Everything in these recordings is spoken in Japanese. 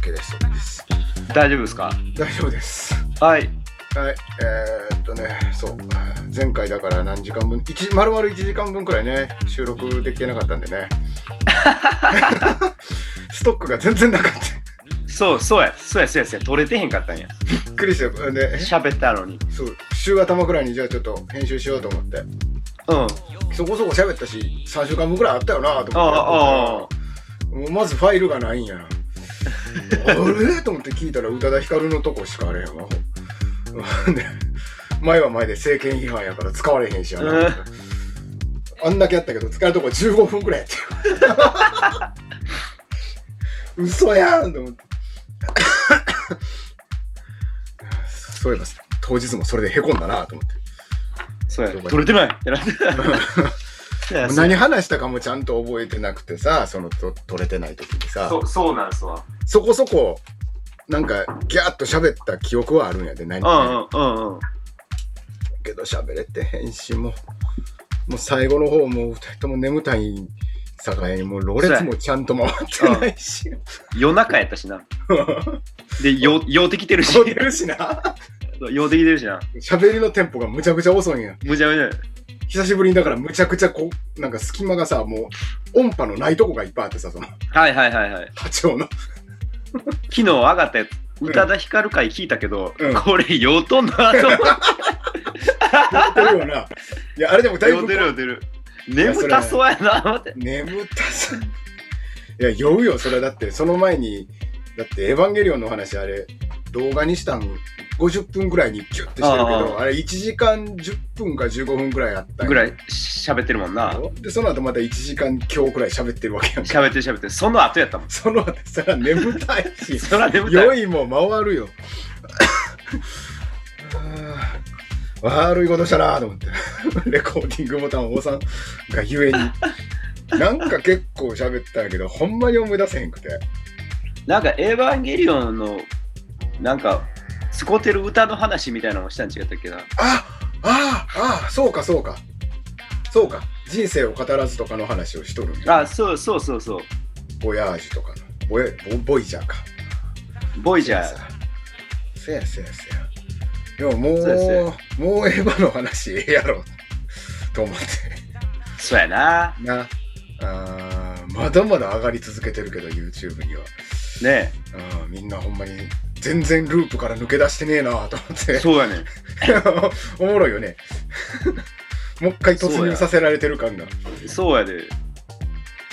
OK です。OK です大丈夫ですか大丈夫です。はい。はい。えー、っとね、そう。前回だから何時間分、一丸々1時間分くらいね、収録できてなかったんで ね。ストックが全然なかった。そう、そうや、そうや、そうや、そうや、取れてへんかったんや。びっくりしたよ。で、喋ったのに。そう、週頭くらいにじゃあちょっと編集しようと思って。うん。そこそこ喋ったし、3週間分くらいあったよなとああ、思あって。もうまずファイルがないんやな。あれと思って聞いたら宇多田ヒカルのとこしかあれへんわ。で前は前で政権批判やから使われへんしやうんな。あんだけやったけど使うとこ15分くらいやってる。嘘やんと思って。そういえば当日もそれでへこんだなと思って。そうや、取れてないって なって。いや何話したかもちゃんと覚えてなくてさ、そのと取れてない時にさ。そう、そうなんすわ。そこそこ、なんか、ギャーッと喋った記憶はあるんやで、何う々んうんうんうん。けど喋れてへんし、もう、もう最後の方、もう二人とも眠たい境に、もう、ろれつもちゃんと回ってないし、夜中やったしな。凝で、よ、ようてきてるし。ってるしな。ようてきてるしな。喋りのテンポがむちゃくちゃ遅いんや。むちゃむちゃ。久しぶりに、だからむちゃくちゃこう、なんか隙間がさ、もう、音波のないとこがいっぱいあってさ、その、はいはいはいはい。波 長の。昨日上がったやつ、宇多田ヒカル回聞いたけど、うんこれ、ようとんな と思って。やってるよな。いや、あれでもだいようぶて、るようてる。眠たそうやな、待って。眠たさいや酔うよそれはだってその前にだって「エヴァンゲリオン」の話あれ動画にしたん50分ぐらいにキュッてしてるけどああれ1時間10分か15分ぐらいあったんやぐらい喋ってるもんな。でその後また1時間強くらい喋ってるわけやんか喋ってる喋ってる。その後やったもん。その後さ眠たいしそら眠たい酔。いも 回るよあー悪いことしたなと思ってレコーディングボタンを押さんがゆえになんか結構喋ったけどほんまに思い出せへんくてなんか、エヴァンゲリオンの、なんか、使ってる歌の話みたいなのもしたん違ったっけな。ああああそうかそうかそうか人生を語らずとかの話をしとるんじゃあ、そうそうそうそう。ボヤージュとかのボヤボボイジャーかボイジャー。せやせやせやでももうそうやそうやもうエヴァの話ええやろと思ってそうやな。なあーまだまだ上がり続けてるけど YouTube にはねあーみんなほんまに全然ループから抜け出してねえなと思え。っそうやねん。て おもろいよね もう一回突入させられてる感がそうやで。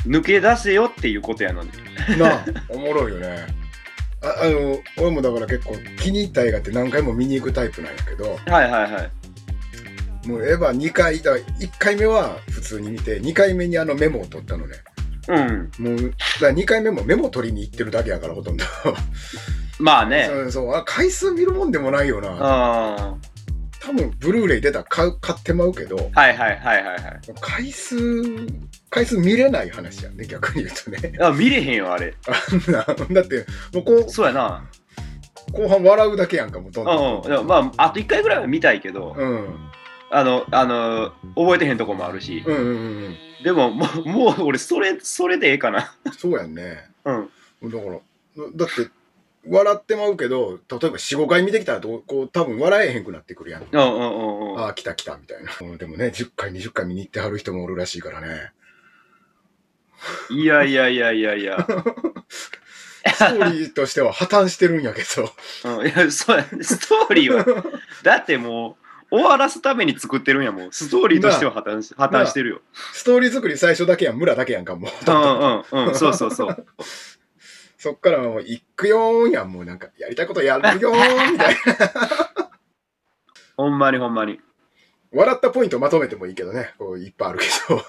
抜け出せよっていうことやのに。なあおもろいよねああの俺もだから結構気に入った映画って何回も見に行くタイプなんやけどはいはいはい。もうエヴァ2回だから1回目は普通に見て2回目にあのメモを取ったのねうん。もうだから2回目もメモ取りに行ってるだけやからほとんどまあね。そうそうあ回数見るもんでもないようなん。は多分ブルーレイ出たら買う買ってまうけどいはいはいはいはい。回数回数見れない話やね逆に言うとね あ見れへんよ、あれ。あんなだってもうこそうやな。う後半笑うだけやんかもうどんうどんん、うんでも。まあ、あと1回ぐらいは見たいけど、うん、あの、あの、覚えてへんとこもあるし。うんうんうんでも、もう、もう俺、それ、それでええかな。うんそうやんねうん。だからだって笑ってまうけど例えば45回見てきたらどうこう多分笑えへんくなってくるやんうんうんうんうん。ああ来た来たみたいなうんでもね10回20回見に行ってはる人もおるらしいからねいやいやいやいやいや。ストーリーとしては破綻してるんやけどうん、いやそうやストーリー はだってもう終わらすために作ってるんやもんストーリーとしては破綻し破綻してるよ、ストーリー作り最初だけやん村だけやんかもう うんうんうんそうそうそうそっからもう行くよーんやんもうなんかやりたいことやるよーんみたいなほんまにほんまに 笑ったポイントまとめてもいいけどね。こういっぱいあるけど。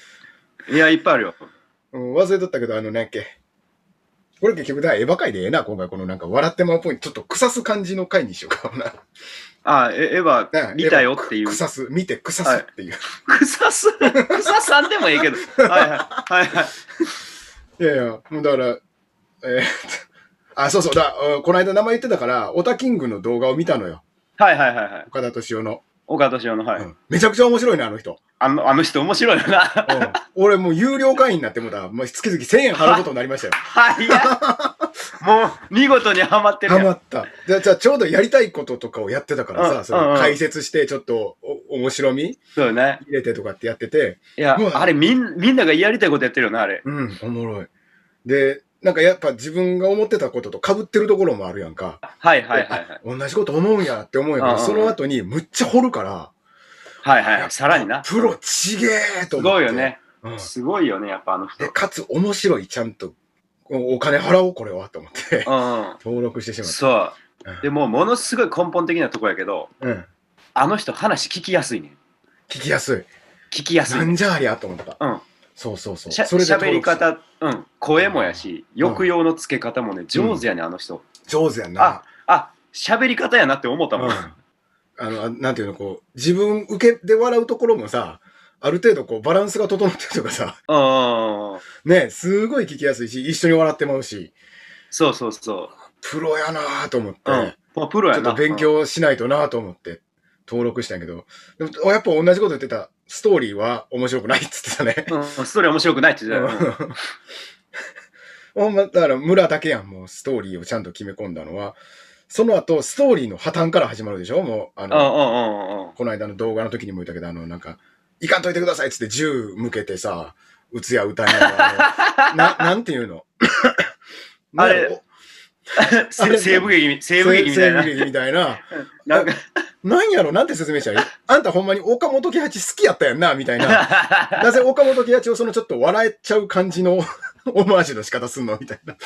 いや、いっぱいあるよ。うん、忘れとったけど、あの、なんやっけ。これ結局だ、絵ばかりでええな、今回このなんか笑ってまうポイント、ちょっと腐す感じの回にしようかもな。あ、えエヴァ、見たよっていう。腐す、見て腐すっていう。 草す、草さんでもええけど。はいはい。はいはい。い、やいや、もうだから、えーっ と、あ、そうそう、だ、うんこの間名前言ってたから、オタキングの動画を見たのよ。はいはいはいはい。岡田敏夫の、岡田敏夫の、はい、うんめちゃくちゃ面白いね、あの人。あの、あの人面白いよな。うん俺もう有料会員になってもうた、まあ、月々1000円払うことになり ましたよ。はい や。もう、見事にはまってるハやん。マった。じゃあじゃあちょうどやりたいこととかをやってたからうさ、んそれうんうん解説して、ちょっとお面白みそうよね。入れてとかってやってて、いやもう、あれみん、みんながやりたいことやってるよな、あれ。うん、おもろい。で、なんかやっぱ自分が思ってたことと被ってるところもあるやんか。はいはいはいはい。同じこと思うんやって思うんやけうど、んうんその後にむっちゃ掘るから、はいはいはい。さらにな。プロちげえすと思って。ごいよね。うん。すごいよね、やっぱあの人。で、かつ面白い、ちゃんと。おお金払おう、これは、と思って。う登録してしん。まっそう。た。うんでも、ものすごい根本的なとこやけど、うん。あの人話聞きやすいねん。聞きやすい。聞きやすいなねん。んじゃありゃと思った。うん。そうそうそう。しゃそれで登喋り録した方、うん、声もやし、抑揚のつけ方もね、上手やね、あの人。上手やんな。あ、喋り方やなって思ったもん。うんあの、あなんていうの、こう、自分受けで笑うところもさ、ある程度こう、バランスが整ってるとかさ、うん。ね、すごい聞きやすいし、一緒に笑ってまうし、そうそうそプロやなぁと思って、う。うん。まあ、プロちやょっな。と勉強しないとなぁと思って、登録したんやけど、でもやっぱ同じこと言ってた、ストーリーは面白くないっつってたね。うん。うん。ストーリー面白くないって言ってたよ。 ほんま、だから村だけやん、もうストーリーをちゃんと決め込んだのは、その後、ストーリーの破綻から始まるでしょもう、あうの、んうんうんうん。この間の動画の時にも言ったけど、あの、なんか、いかんといてくださいっつって銃向けてさ、撃つや歌えないあ のな、なんていうのあれなんやろあれせ西部劇み、西部劇みたいな西。部劇みたいな。なんか、なんやろなんて説明したらいいあんたほんまに岡本喜八好きやったやんなみたいな。なぜ岡本喜八をそのちょっと笑えちゃう感じの オマージュの仕方すんのみたいな。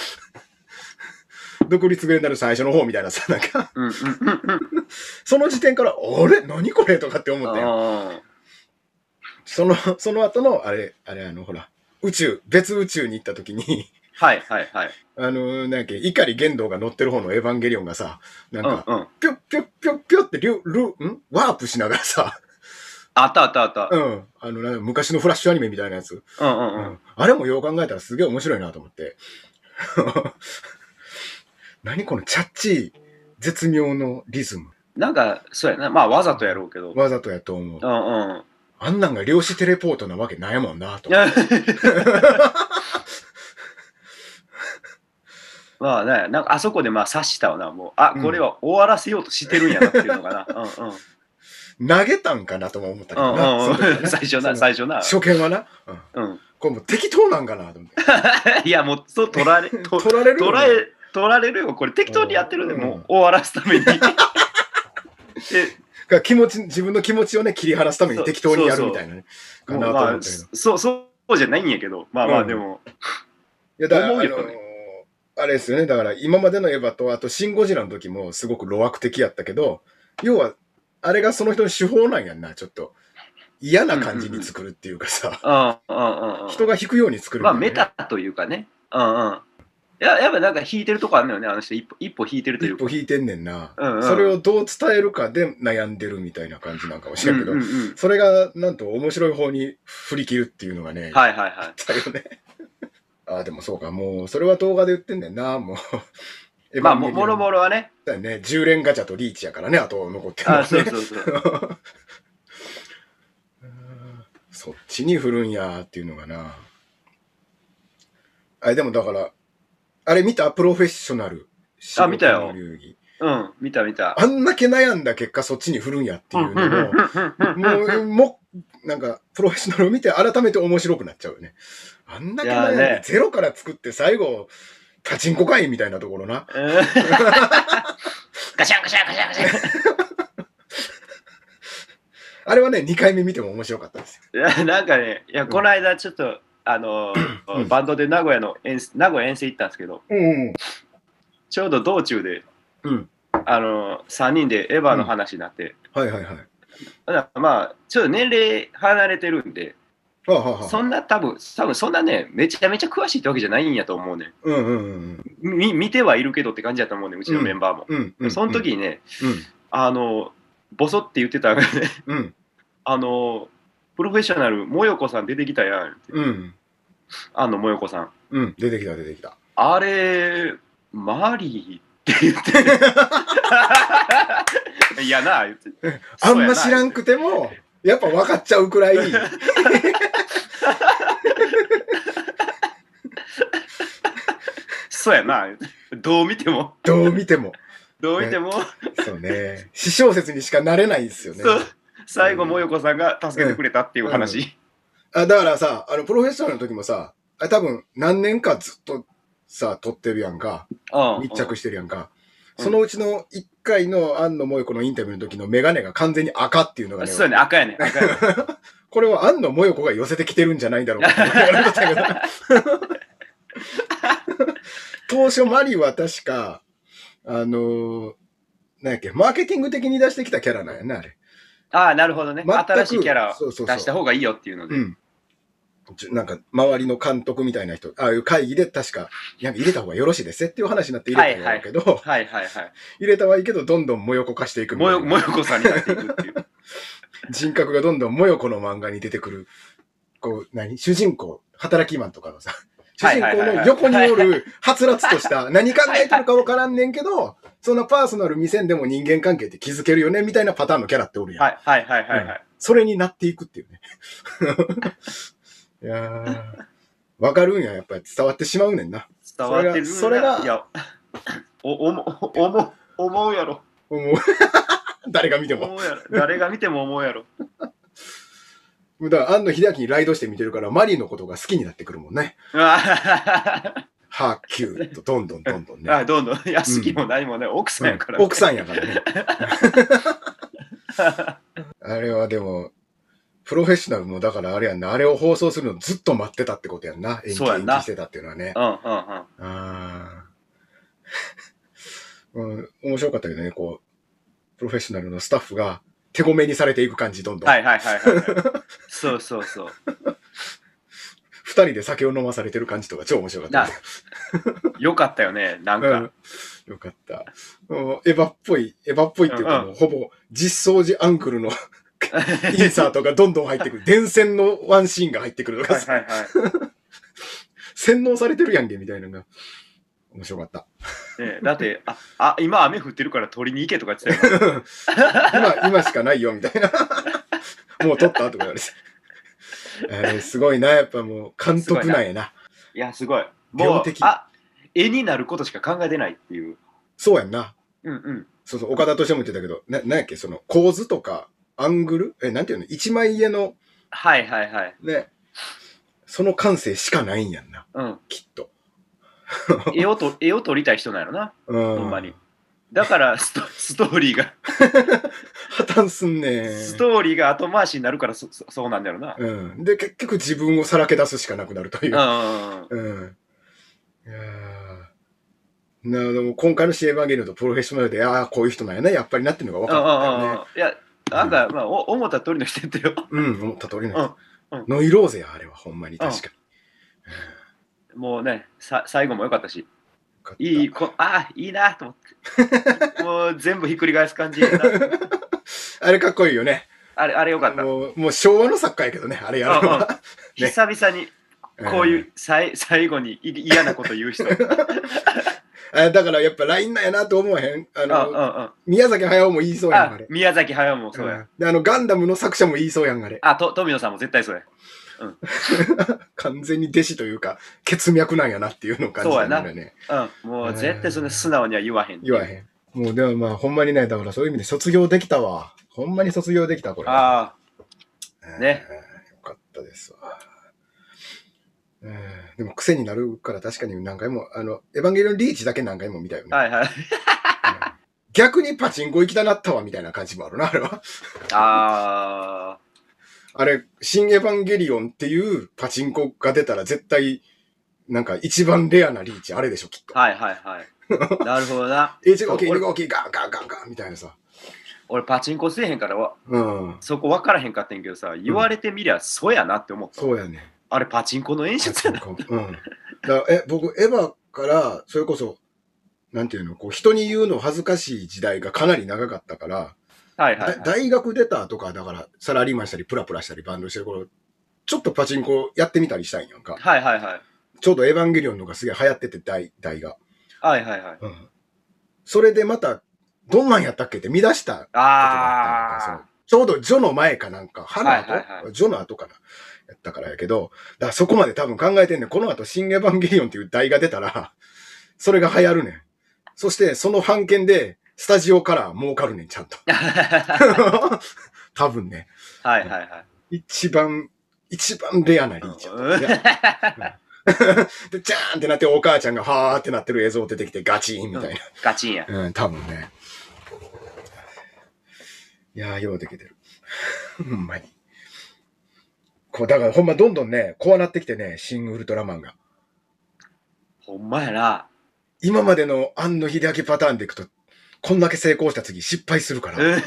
独立芸になる最初の方みたいなさ、なんか、うんうんうんその時点から、あれ何これとかって思ったよ。うん。その、その後の、あれ、あれ、あの、ほら、宇宙、別宇宙に行った時に、 はいはいはい。あの、なんやっけ、碇玄道が乗ってる方のエヴァンゲリオンがさ、なんうんうか、ん。ぴょっぴょっぴょっぴょって、りゅ、ルんワープしながらさ、あったあったあった。うん、あの、なんか昔のフラッシュアニメみたいなやつ。うんううんうん。ん。あれもよう考えたらすげえ面白いなと思って。 何このチャッチー、絶妙のリズム。なんか、そうやな。まあ、わざとやろうけど。わざとやと思うう。ん うん。あんなんが量子テレポートなわけないもんなとい。やまあね、なんかあそこでまあ察したわな、もう、あうんこれは終わらせようとしてるんやなっていうのかな。 うんうん投げたんかなとも思ったけどな。うんそのうんうん。時はね 最初そな、の最初な。初見はな、うん、うん、これもう適当なんかなと思っていや、もう、 そう、取られ、と取られる取られ、取られるよ、これ適当にやってるで、うんもう終わらすために。えが気持ち自分の気持ちをね切り離すために適当にやるみたいなねかもうなと思まっあ、たけど、そう、そうじゃないんやけど、まあまうあ、んでも、いやだから、思うよあのーねあれですよねだから今までのエヴァとあと「シン・ゴジラ」の時もすごく路悪的やったけど要はあれがその人の手法なんやんなちょっと嫌な感じに作るっていうかさ、うんうんうんうん。人が引くように作るまあ、みたいメなねタというかね。うんうん。いや、やっぱなんか引いてるとこあるのよね、あの人。一歩一歩引いてるとい一うか。歩引いてんねんな、うんうんそれをどう伝えるかで悩んでるみたいな感じなんかもしれんけど、うんうんうんそれがなんと面白い方に振り切るっていうのがね、はいはいはい。だよね。 ああ、でもそうか、もう、それは動画で言ってんねんな、もう。まあ、ももろろ。もろはね。だよね、10連ガチャとリーチやからね、あと残ってるのあはそうね。そうそう。 そっちに振るんやーっていうのがな。あれ、でもだから、あれ見たプロフェッショナル。あ見たよ仕事の流儀うん、見た見た。あんだけ悩んだ結果、そっちに振るんやっていううんうんのも、もう、もう、なんか、プロフェッショナルを見て改めて面白くなっちゃうよね。あんだけ悩いんやでね、ゼロから作って最後、パチンコ会みたいなところな。うんうんガシャンガシャンガシャンガシャンあれはね、2回目見ても面白かったですよ。いや。なんかね、いや、この間ちょっと、あのう、んバンドで名古屋の遠征、名古屋遠征行ったんですけど、うん。ちょうど道中で、うん。あの、3人でエヴァの話になって、はいはいはい。だからまあ、ちょっと年齢離れてるんで、はあ、はあはあ、そんな多分、多分そんなね、めちゃめちゃ詳しいってわけじゃないんやと思うねん。うんうんうんみ見てはいるけどって感じだと思うねん、うちのメンバーも。うんうん。その時にね、うんあの、ボソって言ってたのがね、うん あの、プロフェッショナル、もよこさん出てきたやん。うんあの、もよこさん。うん出てきた出てきた。あれ、マリーって 言ってる。いやな、言って。 あんま知らん。んくてもやっぱ分かっちゃ うくらい。そうやな、言ってどう見ても、どう見ても。どう見ても、そうね。私小説にしかなれないんですよね。 そう最後、もよこさんが助けてくれたっていう話。あだからさ、あの、プロフェッショナルの時もさ、あ多分何年かずっとさ、撮ってるやんか。うん密うん着してるやんか。うんそのうちの1回の安野萌子のインタビューの時のメガネが完全に赤っていうのがね、そうやね、赤やね、赤やね。これは安野萌子が寄せてきてるんじゃないだろうかって言われてたけど。 当初マリは確か、あのー、なんやっけ、マーケティング的に出してきたキャラなんやな、あれ。ああ、なるほどね。全く新しいキャラそうをそうそう出した方がいいよっていうので。うん。ちょなんか、周りの監督みたいな人、ああいう会議で確か、なんか入れた方がよろしいですねっていう話になって入れたんやけど、はいはいはい。入れたはいいけど、どんどんもよこ化していくみもたいよなも。よこさんになっていくっていう。人格がどんどんもよこの漫画に出てくる、こう、何主人公、働きマンとかのさ、主 はい人はい公はいのはい横におる、はつらつとした、何考えてるかわからんねんけど、そのパーソナル見せんでも人間関係って気づけるよね、みたいなパターンのキャラっておるやん。はいはいはいはいはい。それになっていくっていうね。いやー、わかるんや、やっぱり伝わってしまうねんな。伝わってるなそれがそいれがや、お、おも、おおも、思うやろ。思う。 誰が見ても。思うやろ。誰が見ても思う やろ。だから、安野秀明にライドして見てるから、マリーのことが好きになってくるもんね。うわあはーキューと、どんどんどんどんね。あどんどん、いや好きも何もね、奥さんやから、うん奥さんやか らね。あれはでも、プロフェッショナルもだからあれやんな、あれを放送するのずっと待ってたってことやんな。延期そうや延ん期なしてたっていうのはね。うんうんうん。あー うん、面白かったけどね、こう、プロフェッショナルのスタッフが手ごめにされていく感じ、どんどん。はいはいはい はいはい。そうそうそう。二人で酒を飲まされてる感じとか超面白かった、ね。よかったよね、なんうか。ん、よかった。うんエヴァっぽい、エヴァっぽいっていうか、うんもうほぼ実相寺アンクルの インサートがどんどん 入ってくる。伝線のワンシーンが入ってくるとかはいさ、はいはい。洗脳されてるやんけみたいなのが。面白かった。ね、だって、あ、あ今雨降ってるから取りに行けとか言ってたよ。 今、今しかないよみたいな。 もう撮ったとか言われて。 えーすごいな、やっぱもう監督なんやな。いや、すごい。も病う的、あ絵になることしか考えてないっていう。そうやんな。うんうん。そうそう、岡田としても言ってたけど、な、なんやっけ、その構図とか、アングルえ、なんていうの一枚絵の、はいはいはい。ね、その感性しかないんやんな、うん。きっと。絵を と絵を撮りたい人なんやろな。うん。ほんまに。だからスト、ストーリーが、破綻すんねんストーリーが後回しになるからそ、そそうなんだろうな。うん。で、結局自分をさらけ出すしかなくなるというう。んうんうん。うん。いやーなでも今回の CM バンゲリオンとプロフェッショナルで、ああ、こういう人なんやな、やっぱりなっていうのが分うんうかったんうよんね。うんいや、なんか、まあ、お思った通りの人やったよ。うん、思った通りなんうんうんノイローゼや、あれは、ほんまに、確かもうね、さ最後も良かったし、に。いい、よかっこあいいなと思 って。もう全部ひっくり返す感じやな。たあれかっこいいよね。あれ、あれ良かった。もう、もう昭和の作家やけ どね、あれやるのは。ね久々にこういん。うさい最後にい嫌なこと 言う人。うんあだからやっぱ LINE なんやなと思わへん。あうんうの、ん宮崎駿も言いそうやん、ああれ。宮崎駿もそううや。んであの、ガンダムの作者も言いそうやん、あれ。あ、と富野さんも絶対そうや。完全に弟子というか、血脈なんやなっていうのを感じたんだよね。うん、もう絶対そんな素直には言わへん。言わへん。もうでもまあ、ほんまにね、だからそういう意味で卒業できたわ。ほんまに卒業できた、これ。ああねえー。よかったですわ。うんでも癖になるから確かに何回も、あの、エヴァンゲリオンリーチだけ何回も見たよね。あ、はいはい。逆にパチンコ行きたなったわみたいな感じもあるな、あれは。ああれ、新エヴァンゲリオンっていうパチンコが出たら絶対、なんか一番レアなリーチ、あれでしょ、きっと あ、。はいはいはい。なるほどな。え、違う、OK、2号機、ガンガンガンガンみたいなさ。俺パチンコせえへんからわうん。そこ分からへんかってんけどさ言われてみりゃそうやなって思った、そうやね。あれパチンコの演出やなパチンコうん。だからえ、僕、エヴァから、それこそ、なんていうの、こう、人に言うの恥ずかしい時代がかなり長かったから、はいだはい、はい、大学出たとか、だから、サラリーマンしたり、プラプラしたり、バンドしてる頃、ちょっとパチンコやってみたりしたんやんか。はいはいはいちょうどエヴァンゲリオンのがすげえ流行ってて、代、代が。はいはいはいうん。それでまた、どんなんやったっけって見出したことがあったんやんあかそのちょうどジョの前かなんか、ハの後、はいはいはジョの後かな。やったからやけど、だからそこまで多分考えてんねん。この後、シン・エヴァンゲリオンっていう題が出たら、 それが流行るねん。そして、その版権で、スタジオから儲かるねん、ちゃんと。 あは多分ね。い はいはい一番、一番レアなリーチやったいや で、ジャーンってなって、お母ちゃんがはーってなってる映像出てきて、ガチーンみたいな。ガチンやうん、多分ね。いやー、ようできてる。ほんまに。こう、だからほんまどんどんね、こうなってきてね、シン・ウルトラマンが。ほんまやな今までの庵野秀明パターンでいくと、こんだけ成功した次失敗するから。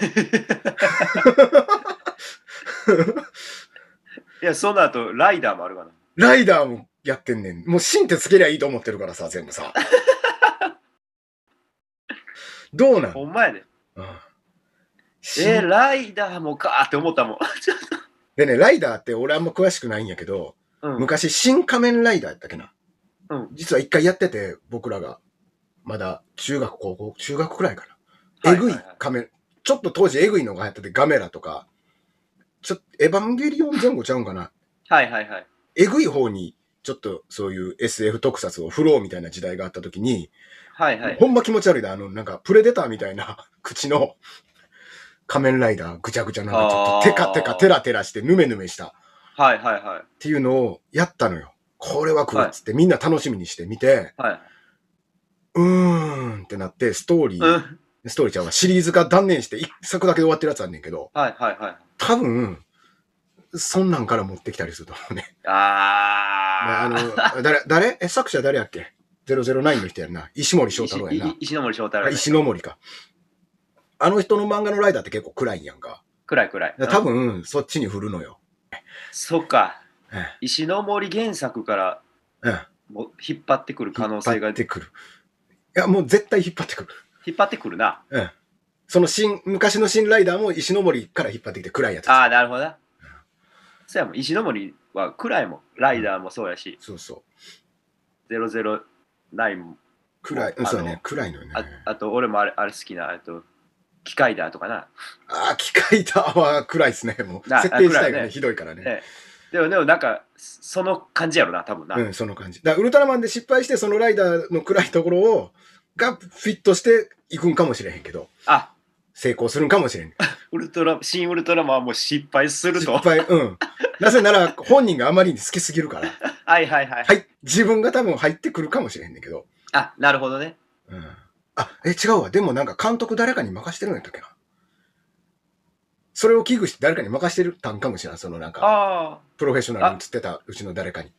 いやその後ライダーもあるかなライダーもやってんねん。もう芯ってつけりゃいいと思ってるからさ、全部さ。どうなん、ほんまやでうんえ芯ライダーもかーって思ったもん、でね、ライダーって俺あんま詳しくないんやけど、うん、昔、新仮面ライダーやったっけな。うん実は一回やってて、僕らが。まだ、中学、高校、中学くらいかな。はえいぐはいいはい仮面。ちょっと当時えぐいのが流行ってて、ガメラとか。ちょっと、エヴァンゲリオン前後ちゃうんかな。はいはいはいえぐい方に、ちょっとそういう SF 特撮を振ろうみたいな時代があった時に、はいはいほんま気持ち悪いな。あの、なんか、プレデターみたいな 口の仮面ライダーぐちゃぐちゃなんかちょっとテカテカテラテラしてヌメヌメした。はいはいはいっていうのをやったのよ。これは来るっつって、みんな楽しみにして見て、はいうーんってなって、ストーリうんー、ストーリーちゃんはシリーズが断念して一作だけで終わってるやつあんねんけど、はいはいは多分、そんなんから持ってきたりすると思うね。いああーの、誰、誰え、作者誰やっけ ?009 の人やんな。石森章太郎やん石石森章太な。郎あ石の森か。あの人の漫画のライダーって結構暗いんやんか。暗い暗いだから多分、そっちに振るのよ。そっかうん石の森原作からうん。もう引っ張ってくる可能性が引っ張ってくる。いや、もう絶対引っ張ってくる。引っ張ってくるなその新、昔の新ライダーも石の森から引っ張ってきて暗いやつ。ああなるほどなそうやもん石の森は暗いもんライダーもそうやしそうそう。 009も暗い。あうん、のそうだね。暗いのよね。ああと俺もあれあれ好きなえっと機械だとかなああ、機械だは暗いですね。もう、な設定自体が暗いね、ねひどいからね。えでもでもなんかそその感じやろな多分な、うん、その感じ。だからウルトラマンで失敗して、そのライダーの暗いところを、がフィットしていくんかもしれへんけど、あ成功するんかもしれん。ウルトラ新ウルトラマンはもう失敗する失と敗、うん。なぜなら、本人があまりに好きすぎるから、はいはいはい、はい、自分が多分入ってくるかもしれへんねんけど。あなるほどねうん。あ、え、違うわ。でもなんか監督誰かに任してるんやったっけな。それを危惧して誰かに任してるたんかもしれない。そのなんか、ああプロフェッショナルに映ってたうちの誰かに。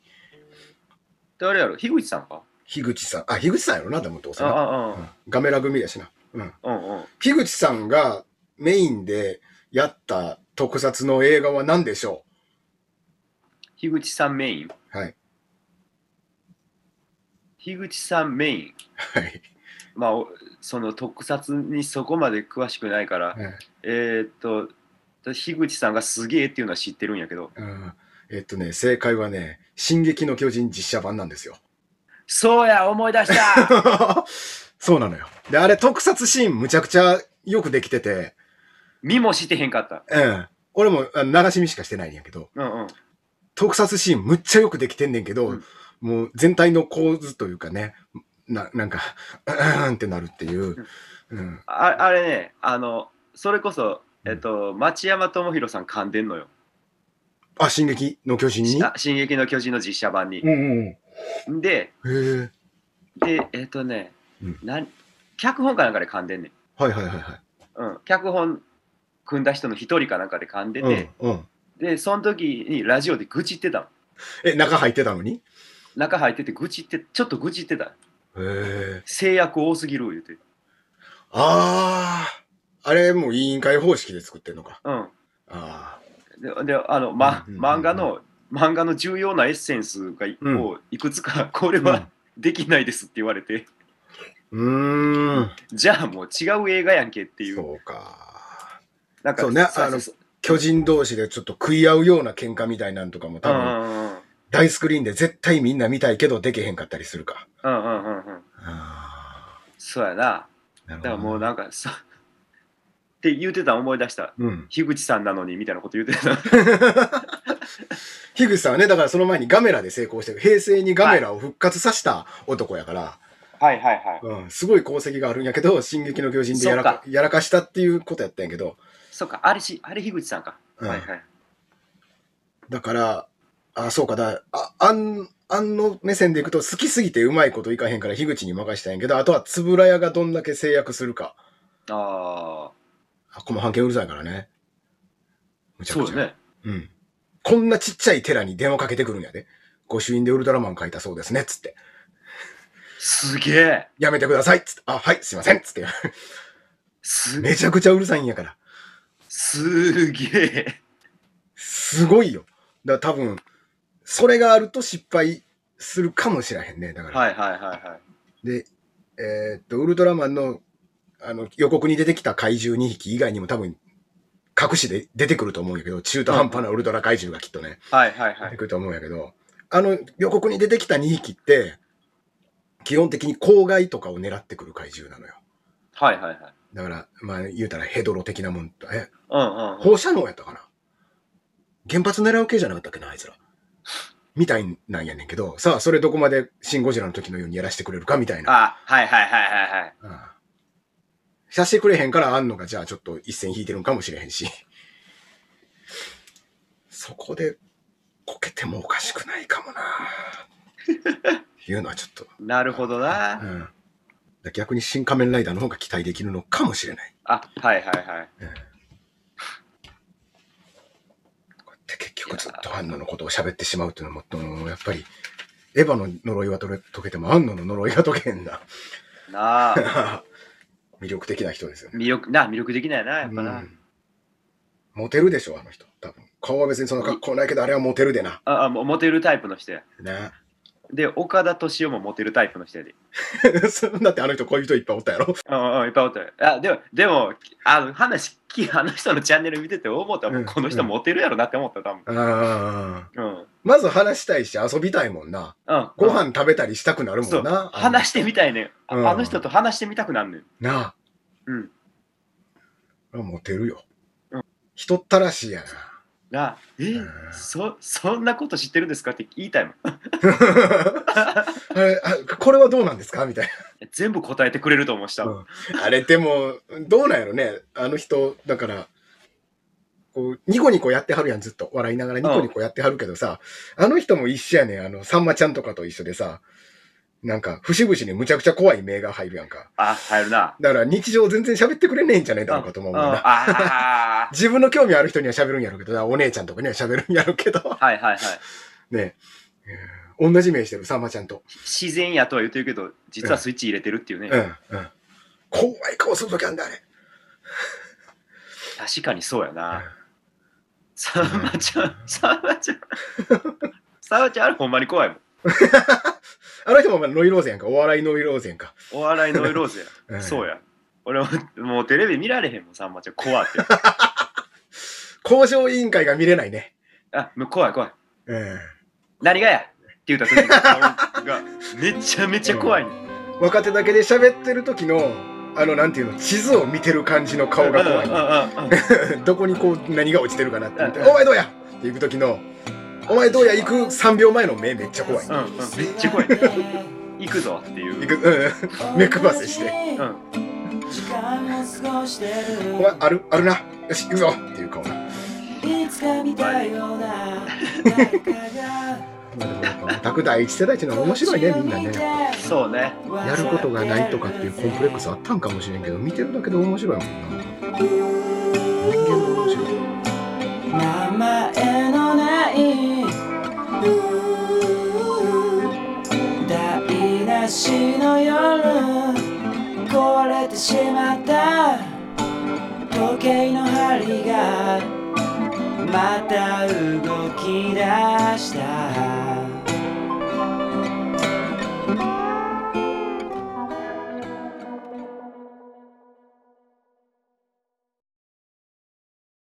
誰やろ樋口さんか樋口さん。あ、樋口さんやろな、でもどうせあな。あうんガメラ組やしな。うん。あうんうん樋口さんがメインでやった特撮の映画は何でしょ樋口さんメインうはい。樋口さんメイン はい。まあおその特撮にそこまで詳しくないからうんえーっと樋口さんがすげえっていうのは知ってるんやけどうんえっとね、正解はね、進撃の巨人実写版なんですよ。 そうや思い出したそうなのよ。で、あれ特撮シーンむちゃくちゃよくできてて、見もしてへんかったうん。俺もあの流し見しかしてないんやけど、うんうん特撮シーンむっちゃよくできてんねんけど、うんもう全体の構図というかね、な、なんか、うーんってなるっていう。うん。ああれね、あの、それこそ、えっと、町山智博さん噛んでんのよ。あ、進撃の巨人にあ進撃の巨人の実写版にう。んうん。へで、え。で、えっとね、うんなん脚本かなんかで噛んでんねん。はいはいはいはうん、脚本組んだ人の一人かなんかで噛んでい。て、うん。うん。で、その時にラジオで愚痴ってたの。え、中入ってたのに中入ってて愚痴って、ちょっと愚痴ってた。へえ。制約多すぎる言うて。ああれもう委員会方式で作ってんのか。うん。あで、であの、ま、うんうんうん漫画の、漫画の重要なエッセンスがい、うんをいくつか、 こあ。れは、できないですって言われて、うん。うーん。じゃあもう違う映画やんけっていう。そうか。なんかそうねさあのさ巨人同士でちょっと食い合うような喧嘩みたいなんとかも多うんう分、んうん大スクリーンで絶対みんな見たいけどできへんかったりするか。うんうんうんうん。あそうやな。あ。なるだからほどもうなんかさ、って言うてたの思い出した。うん。樋口さんなのにみたいなこと言う てた。樋口さんはね、だからその前にガメラで成功してる。平成にガメラを復活させた男やから、はいはいはい。うん、すごい功績があるんやけど、進撃の巨人でやらそうかやらかしたっていうことやったんやけど、そうか、あれし、あれ樋口さんか。うんはいはい。だから、あ、そうかだ、あ、あん、あんの目線でいくと好きすぎてうまいこといかへんから樋口に任したんやけど、あとは円谷がどんだけ制約するか。ああ、あ、この半径うるさいからね。むちゃそくうちゃ。だね。うん。こんなちっちゃい寺に電話かけてくるんやで。ご朱印でウルトラマン書いたそうですね、つって。すげえ。やめてください、つって。あ、はい、すいません、つって。 すめちゃくちゃうるさいんやから。すげえ。すごいよ。だから多分、それがあると失敗するかもしれへんね。だから。はいはいはいはい。で、えーっと、ウルトラマンの、あの、予告に出てきた怪獣2匹以外にも多分、隠しで出てくると思うんやけど、中途半端なウルトラ怪獣がきっとね、はいはい出はてい。くると思うんやけど、あの、予告に出てきた2匹って、基本的に公害とかを狙ってくる怪獣なのよ。はいはいはい。だから、まあ、言うたらヘドロ的なもんと、え、うんうんうん。放射能やったかな原発狙う系じゃなかったっけなあいつら。みたいなんやねんけど、さあ、それどこまでシン・ゴジラの時のようにやらせてくれるかみたいな。あ、はいはいはいはいはい。うんさしてくれへんから、あんのが、じゃあちょっと一線引いてるんかもしれへんし。そこで、こけてもおかしくないかもないうのはちょっと。なるほどうな。ん。逆に新仮面ライダーの方が期待できるのかもしれない。あ、はいはいはい。こうやって結局ずっとアンノのことを喋ってしまうっていうのも、もうやっぱり、エヴァの呪いは解れ解けても、アンノの呪いが解けへんな。 なあ、魅力的な人ですよね。魅力、なあ、魅力的ないな、やっぱうな。んモテるでしょ、あの人。多分顔は別にそんな格好ないけど、あれはモテるでな。ああ、もうモテるタイプの人や。 な。で、岡田敏夫もモテるタイプの人やで。そんだってあの人恋人いっぱいおったやろ。うんうん、いっぱいおったよあ、でも、でも、あの話、きあの人のチャンネル見てて思った。もううんこの人モテるやろなって思った、多分。あーうん。まず話したいし、遊びたいもんな。うん。ご飯食べたりしたくなるもそうんな。話してみたいねん。あうんあの人と話してみたくなんねん。なうん。あ。モテるよう。人ったらしいやなあ、え、うんそ、そんなこと知ってるんですかって言いたいもん。な。 あれあこれはどうなんですかみたい全部答えてくれると思うし、多分。な。あれでも、どうなんやろね。あの人、だから、こう、ニコニコやってはるやん、ずっと。笑いながらニコニコやってはるけどさ、あの人も一緒やねん。あの、さんまちゃんとかと一緒でさ、なんか、節々にむちゃくちゃ怖い目が入るやんか。あ、入るな。だから日常全然喋ってくれねえんじゃねえだろうかと思ううんもんな。あ自分の興味ある人には喋るんやろうけどな、お姉ちゃんとかには喋るんやろうけどあ、、はいはいはい。ねえ、同じ名してる、さんまちゃんと。自然やとは言ってるけど、実はスイッチ入れてるっていうね。うん、うん。怖い顔するときあんだ、あれ。確かにそうやう。なんさんまちゃん、さんまちゃん。さんまちゃん、あれほんまに怖いもん。あの人もまあノイローゼやんか、お笑いノイローゼやんか。お笑いのエローズう や。んそうや。俺も、もうテレビ見られへんもん、さんまちゃん。怖って。工場委員会が見れないね。あ、もう怖い怖い。うん。何がやって言った時のがめちゃめちゃ怖い、ね若手だけで喋ってる時の、あの、なんていうの、地図を見てる感じの顔が怖い、うんうんうんうんどこにこう、何が落ちてるかなって見て、うんお前どうやって行く時の、お前どうや行く3秒前の目めっちゃ怖い。うんうんめっちゃ怖い、行くぞっていう行く、うん、目くばせして。うん時間を過ごしてるお前あるあるなよし行くぞっていう顔な、まいつか見たような誰かがあ、でもやっぱオタク第一世代っていうのは面白いねみんなねそうねやることがないとかっていうコンプレックスあったんかもしれんけど見てるだけで面白いもんな人間の面白い名前のない台無しの夜壊れてしまったまた動き出した